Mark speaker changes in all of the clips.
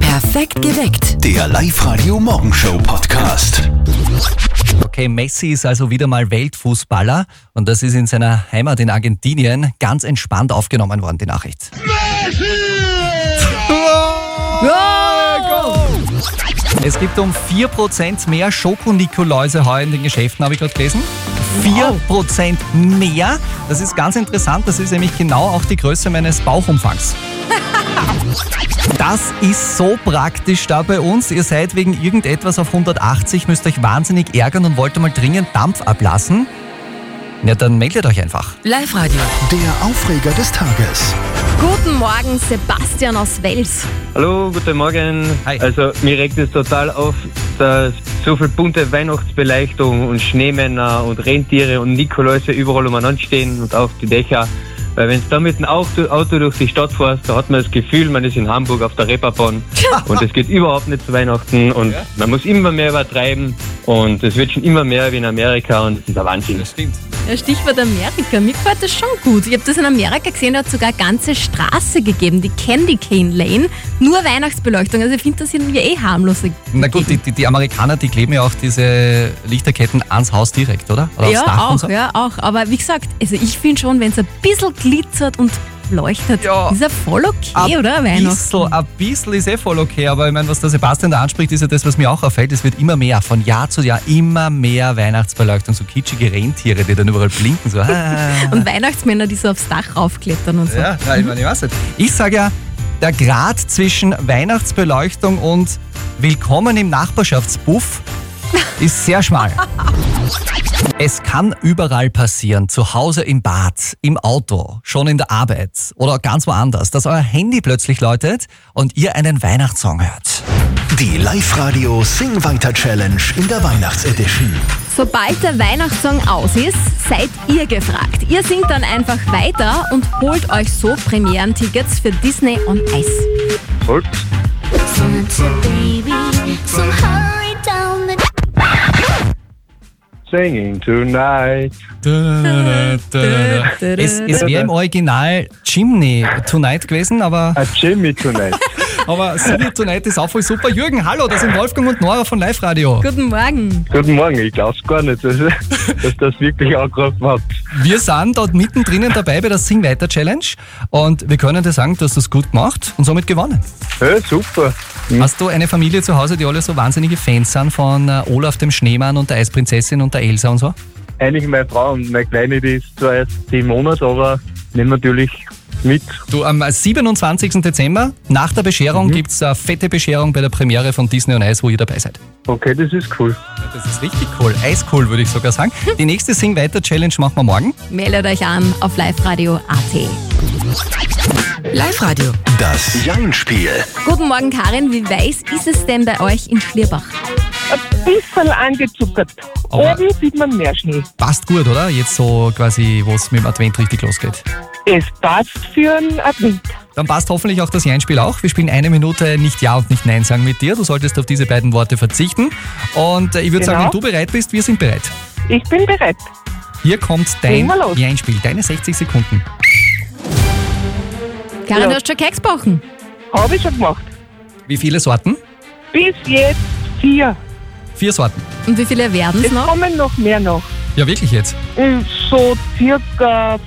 Speaker 1: Perfekt geweckt.
Speaker 2: Der Live-Radio Morgenshow Podcast.
Speaker 3: Okay, Messi ist also wieder mal Weltfußballer und das ist in seiner Heimat in Argentinien ganz entspannt aufgenommen worden, die Nachricht. Es gibt um 4% mehr Schokonikoläuse heuer in den Geschäften, habe ich gerade gelesen. 4% mehr. Das ist ganz interessant. Das ist nämlich genau auch die Größe meines Bauchumfangs. Das ist so praktisch da bei uns. Ihr seid wegen irgendetwas auf 180, müsst euch wahnsinnig ärgern und wollt mal dringend Dampf ablassen. Ja, dann meldet euch einfach.
Speaker 1: Live-Radio.
Speaker 2: Der Aufreger des Tages.
Speaker 4: Guten Morgen, Sebastian aus Wels.
Speaker 5: Hallo, guten Morgen.
Speaker 3: Hi.
Speaker 5: Also mir regt es total auf, dass so viel bunte Weihnachtsbeleuchtung und Schneemänner und Rentiere und Nikoläuse überall umeinander stehen und auf die Dächer. Weil wenn du da mit dem Auto, Auto durch die Stadt fährst, da hat man das Gefühl, man ist in Hamburg auf der Reeperbahn und es geht überhaupt nicht zu Weihnachten und man muss immer mehr übertreiben und es wird schon immer mehr wie in Amerika und das ist ein Wahnsinn.
Speaker 3: stimmt.
Speaker 4: Ja, Stichwort Amerika. Mir gefällt das schon gut. Ich habe das in Amerika gesehen, da hat sogar eine ganze Straße gegeben, die Candy Cane Lane. Nur Weihnachtsbeleuchtung. Also ich finde das irgendwie eh harmlos.
Speaker 3: Na gut, die, die, die Amerikaner, die kleben ja auch diese Lichterketten ans Haus direkt, oder? oder
Speaker 4: ja,
Speaker 3: aufs Dach
Speaker 4: auch,
Speaker 3: und so.
Speaker 4: ja, auch. Aber wie gesagt, also ich finde schon, wenn es ein bisschen glitzert und leuchtet,
Speaker 3: Ja.
Speaker 4: ist ja voll okay, eh, oder?
Speaker 3: Ein
Speaker 4: Weihnachten.
Speaker 3: bisschen, ein bisschen ist eh voll okay, aber ich meine, was der Sebastian da anspricht, ist ja das, was mir auch auffällt. Es wird immer mehr, von Jahr zu Jahr immer mehr Weihnachtsbeleuchtung, so kitschige Rentiere, die dann überall blinken. So. Ah.
Speaker 4: Und Weihnachtsmänner, die so aufs Dach raufklettern und so.
Speaker 3: ja, nein, ich meine, ich weiß nicht. Ich sage ja, der Grad zwischen Weihnachtsbeleuchtung und Willkommen im Nachbarschaftsbuff ist sehr schmal. Es kann überall passieren, zu Hause im Bad, im Auto, schon in der Arbeit oder ganz woanders, dass euer Handy plötzlich läutet und ihr einen Weihnachtssong hört.
Speaker 2: Die Live-Radio Sing Weiter Challenge in der Weihnachtsedition.
Speaker 4: Sobald der Weihnachtssong aus ist, seid ihr gefragt. Ihr singt dann einfach weiter und holt euch so Premierentickets für Disney on Ice.
Speaker 5: Und singing tonight.
Speaker 3: Es, es wäre im Original Chimney Tonight gewesen, aber,
Speaker 5: A Jimmy tonight.
Speaker 3: aber Sing It Tonight ist auch voll super. Jürgen, hallo, das sind Wolfgang und Nora von Live Radio.
Speaker 4: Guten Morgen.
Speaker 5: Guten Morgen, ich glaub's gar nicht, dass, dass das wirklich angegriffen habt.
Speaker 3: Wir sind dort mittendrin dabei bei der Sing Weiter Challenge und wir können dir sagen, du hast das gut gemacht und somit gewonnen.
Speaker 5: Hä, super.
Speaker 3: Hast du eine Familie zu Hause, die alle so wahnsinnige Fans sind von äh, Olaf dem Schneemann und der Eisprinzessin und der Elsa und so?
Speaker 5: Eigentlich meine Frau und meine Kleine, die ist zwar erst sieben Monate, aber nehmen natürlich mit.
Speaker 3: Du, am 27. Dezember, nach der Bescherung, gibt's eine fette Bescherung bei der Premiere von Disney on Ice, wo ihr dabei seid.
Speaker 5: Okay, das ist cool.
Speaker 3: Das ist richtig cool. Eiscool, würde ich sogar sagen. Die nächste Sing Weiter Challenge machen wir morgen.
Speaker 4: Meldet euch an auf liveradio.at.
Speaker 1: Live-Radio.
Speaker 2: Das Jein-Spiel.
Speaker 4: Guten Morgen, Karin. Wie weiß ist es denn bei euch in Schlierbach?
Speaker 6: ein bisschen angezuckert.
Speaker 3: Aber-
Speaker 6: Oben sieht man mehr Schnee.
Speaker 3: Passt gut, oder? Jetzt so quasi, wo es mit dem Advent richtig losgeht.
Speaker 6: Es passt für einen Advent.
Speaker 3: Dann passt hoffentlich auch das Ja-Spiel auch. Wir spielen eine Minute nicht Ja und nicht Nein sagen mit dir. Du solltest auf diese beiden Worte verzichten. Und äh, ich würde sagen,
Speaker 6: Genau.
Speaker 3: wenn du bereit bist, wir sind bereit.
Speaker 6: Ich bin bereit.
Speaker 3: Hier kommt
Speaker 6: Legen
Speaker 3: dein
Speaker 6: wir los.
Speaker 3: Ja-Spiel, deine 60 Sekunden.
Speaker 4: Karin,
Speaker 6: Ja.
Speaker 4: du hast schon Keks gesprochen.
Speaker 6: Habe ich schon gemacht.
Speaker 3: Wie viele Sorten?
Speaker 6: Bis jetzt vier.
Speaker 3: Vier Sorten.
Speaker 4: Und wie viele werden es
Speaker 6: Es
Speaker 4: noch?
Speaker 6: kommen noch mehr noch.
Speaker 3: Ja, wirklich jetzt.
Speaker 6: Äh, So circa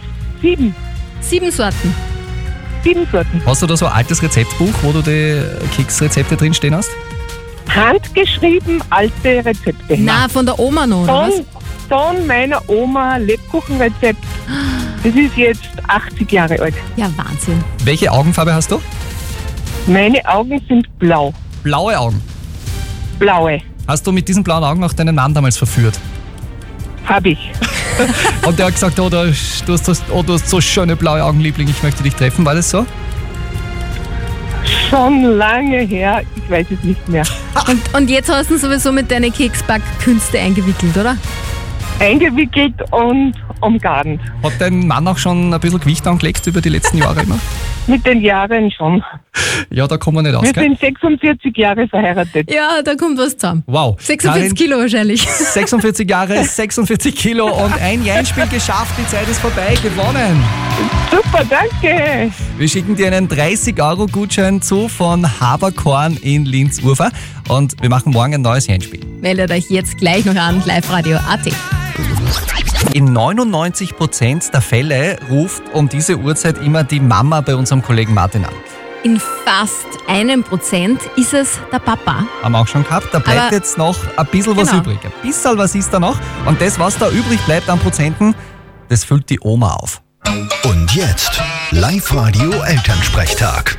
Speaker 6: sieben.
Speaker 4: Sieben Sorten.
Speaker 6: Sieben Sorten.
Speaker 3: Hast du da so ein altes Rezeptbuch, wo du die Keksrezepte drinstehen hast?
Speaker 6: Handgeschrieben alte Rezepte.
Speaker 4: Na, von der Oma noch, oder was?
Speaker 6: Von, von meiner Oma Lebkuchenrezept. Das ist jetzt 80 Jahre alt.
Speaker 4: Ja, Wahnsinn.
Speaker 3: Welche Augenfarbe hast du?
Speaker 6: Meine Augen sind blau.
Speaker 3: Blaue Augen.
Speaker 6: Blaue.
Speaker 3: Hast du mit diesen blauen Augen auch deinen Mann damals verführt?
Speaker 6: Habe ich.
Speaker 3: Und der hat gesagt, oh, da- du hast, das- oh, du hast so schöne blaue Augen, Liebling, ich möchte dich treffen. War das so?
Speaker 6: Schon lange her. Ich weiß es nicht mehr.
Speaker 4: Und, und jetzt hast du ihn sowieso mit deinen Keksbackkünste eingewickelt, oder?
Speaker 6: eingewickelt und umgarnt.
Speaker 3: Hat dein Mann auch schon ein bisschen Gewicht angelegt über die letzten Jahre immer?
Speaker 6: Mit den Jahren schon.
Speaker 3: Ja, da kommen wir nicht aus,
Speaker 6: Wir
Speaker 3: gell?
Speaker 6: sind 46 Jahre verheiratet.
Speaker 4: Ja, da kommt was zusammen.
Speaker 3: Wow.
Speaker 4: 46 Kilo wahrscheinlich.
Speaker 3: Karin, 46 Jahre, 46 Kilo und ein Jeinspiel geschafft. Die Zeit ist vorbei. Gewonnen.
Speaker 6: Super, danke.
Speaker 3: Wir schicken dir einen 30-Euro-Gutschein zu von Haberkorn in Linz-Urfer. Und wir machen morgen ein neues Jeinspiel.
Speaker 4: Meldet euch jetzt gleich noch an, liveradio.at.
Speaker 3: In 99% der Fälle ruft um diese Uhrzeit immer die Mama bei unserem Kollegen Martin an.
Speaker 4: In fast einem Prozent ist es der Papa.
Speaker 3: Haben wir auch schon gehabt. Da bleibt
Speaker 4: Aber-
Speaker 3: jetzt noch ein bisschen was
Speaker 4: Genau.
Speaker 3: übrig. Ein bisschen was ist da noch. Und das, was da übrig bleibt an Prozenten, das füllt die Oma auf.
Speaker 2: Und jetzt Live-Radio Elternsprechtag.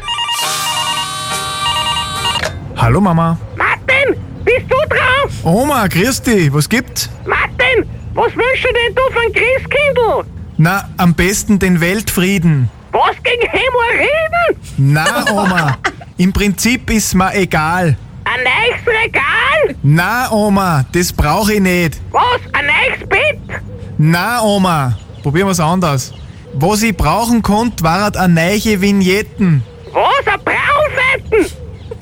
Speaker 7: Hallo Mama.
Speaker 8: Martin, bist du drauf?
Speaker 7: Oma, grüß dich, was gibt's?
Speaker 8: Martin, was wünschst du denn du von Christkindl?
Speaker 7: Na, am besten den Weltfrieden.
Speaker 8: Was gegen Hämorrhoiden?
Speaker 7: Na, Oma, im Prinzip ist mir egal.
Speaker 8: Ein neues Regal?
Speaker 7: Na, Oma, das brauche ich nicht.
Speaker 8: Was, ein neues Bett?
Speaker 7: Na, Oma, probieren wir's anders. Was ich brauchen konnte, waren eine neue Vignetten.
Speaker 8: Was, ein Braunfetten?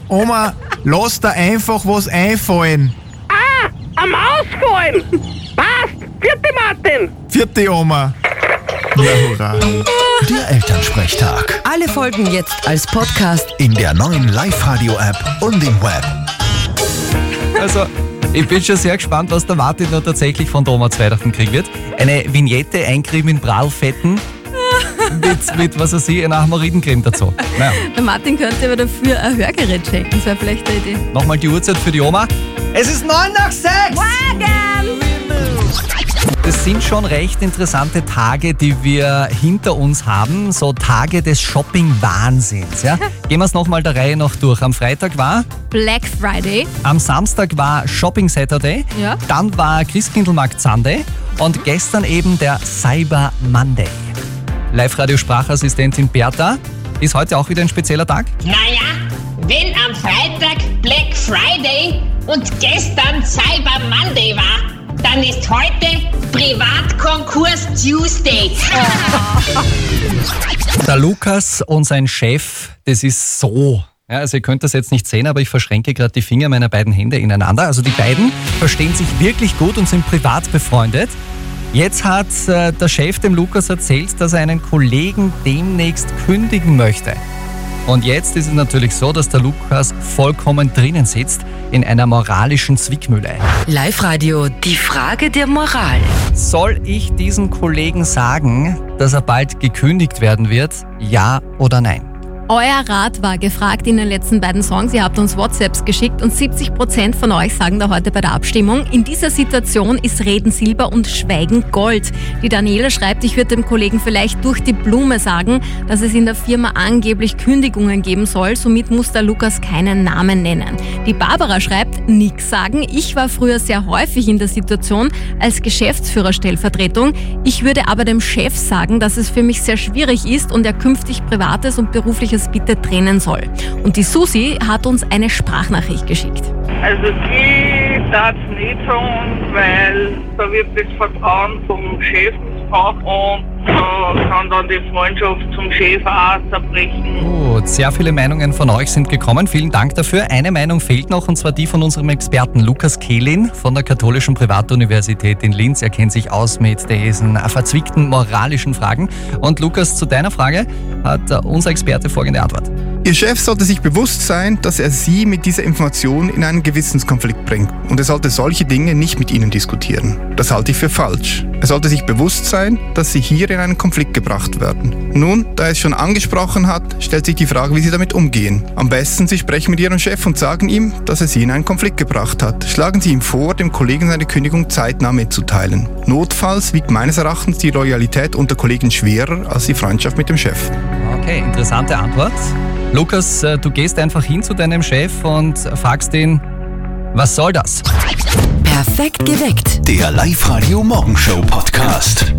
Speaker 7: Oma, lass da einfach was einfallen.
Speaker 8: Ah, am Ausfallen. Passt, vierte Martin.
Speaker 7: Vierte Oma. Ja, hurra.
Speaker 2: Der Elternsprechtag.
Speaker 1: Alle Folgen jetzt als Podcast.
Speaker 2: In der neuen Live-Radio-App und im Web.
Speaker 3: Also, ich bin schon sehr gespannt, was der Martin da tatsächlich von der Oma zu Weihnachten kriegen wird. Eine Vignette, ein Creme in Prallfetten mit, mit, was weiß ich, einer Hamaridencreme dazu. Naja.
Speaker 4: Der Martin könnte aber dafür ein Hörgerät schenken. Das wäre vielleicht eine Idee.
Speaker 3: Nochmal die Uhrzeit für die Oma. Es ist 9 nach 6! Das sind schon recht interessante Tage, die wir hinter uns haben. So Tage des Shopping-Wahnsinns. Ja? Gehen wir es nochmal der Reihe noch durch. Am Freitag war,
Speaker 4: Black Friday.
Speaker 3: am Samstag war Shopping Saturday,
Speaker 4: Ja.
Speaker 3: dann war Christkindlmarkt Sunday und gestern eben der Cyber Monday. Live-Radio-Sprachassistentin Bertha, ist heute auch wieder ein spezieller Tag?
Speaker 9: Naja, wenn am Freitag Black Friday und gestern Cyber Monday war, dann ist heute Privatkonkurs Tuesday.
Speaker 3: Der Lukas und sein Chef, das ist so. Ja, also ihr könnt das jetzt nicht sehen, aber ich verschränke gerade die Finger meiner beiden Hände ineinander. Also die beiden verstehen sich wirklich gut und sind privat befreundet. Jetzt hat äh, der Chef dem Lukas erzählt, dass er einen Kollegen demnächst kündigen möchte. Und jetzt ist es natürlich so, dass der Lukas vollkommen drinnen sitzt in einer moralischen Zwickmühle.
Speaker 1: Live-Radio, die Frage der Moral.
Speaker 3: Soll ich diesem Kollegen sagen, dass er bald gekündigt werden wird? Ja oder nein?
Speaker 4: Euer Rat war gefragt in den letzten beiden Songs. Ihr habt uns WhatsApps geschickt und 70% von euch sagen da heute bei der Abstimmung, in dieser Situation ist Reden Silber und Schweigen Gold. Die Daniela schreibt, ich würde dem Kollegen vielleicht durch die Blume sagen, dass es in der Firma angeblich Kündigungen geben soll. Somit muss der Lukas keinen Namen nennen. Die Barbara schreibt, nix sagen. Ich war früher sehr häufig in der Situation als Geschäftsführerstellvertretung. Ich würde aber dem Chef sagen, dass es für mich sehr schwierig ist und er künftig Privates und Berufliches bitte trennen soll. Und die Susi hat uns eine Sprachnachricht geschickt.
Speaker 6: Also die darf nicht sagen, weil da wird das Vertrauen vom Chef missbraucht und da kann dann die Freundschaft zum Chef auch zerbrechen.
Speaker 3: Gut, sehr viele Meinungen von euch sind gekommen. Vielen Dank dafür. Eine Meinung fehlt noch, und zwar die von unserem Experten Lukas Kehlin von der Katholischen Privatuniversität in Linz. Er kennt sich aus mit diesen verzwickten moralischen Fragen. Und Lukas, zu deiner Frage hat äh, unser Experte folgende Antwort.
Speaker 10: Ihr Chef sollte sich bewusst sein, dass er Sie mit dieser Information in einen Gewissenskonflikt bringt. Und er sollte solche Dinge nicht mit Ihnen diskutieren. Das halte ich für falsch. Er sollte sich bewusst sein, dass Sie hier in einen Konflikt gebracht werden. Nun, da er es schon angesprochen hat, stellt sich die Frage, wie Sie damit umgehen. Am besten, Sie sprechen mit Ihrem Chef und sagen ihm, dass er Sie in einen Konflikt gebracht hat. Schlagen Sie ihm vor, dem Kollegen seine Kündigung zeitnah mitzuteilen. Notfalls wiegt meines Erachtens die Loyalität unter Kollegen schwerer als die Freundschaft mit dem Chef.
Speaker 3: Okay, interessante Antwort. Lukas, äh, du gehst einfach hin zu deinem Chef und fragst ihn, was soll das?
Speaker 1: Perfekt geweckt.
Speaker 2: Der Live-Radio Morgenshow Podcast.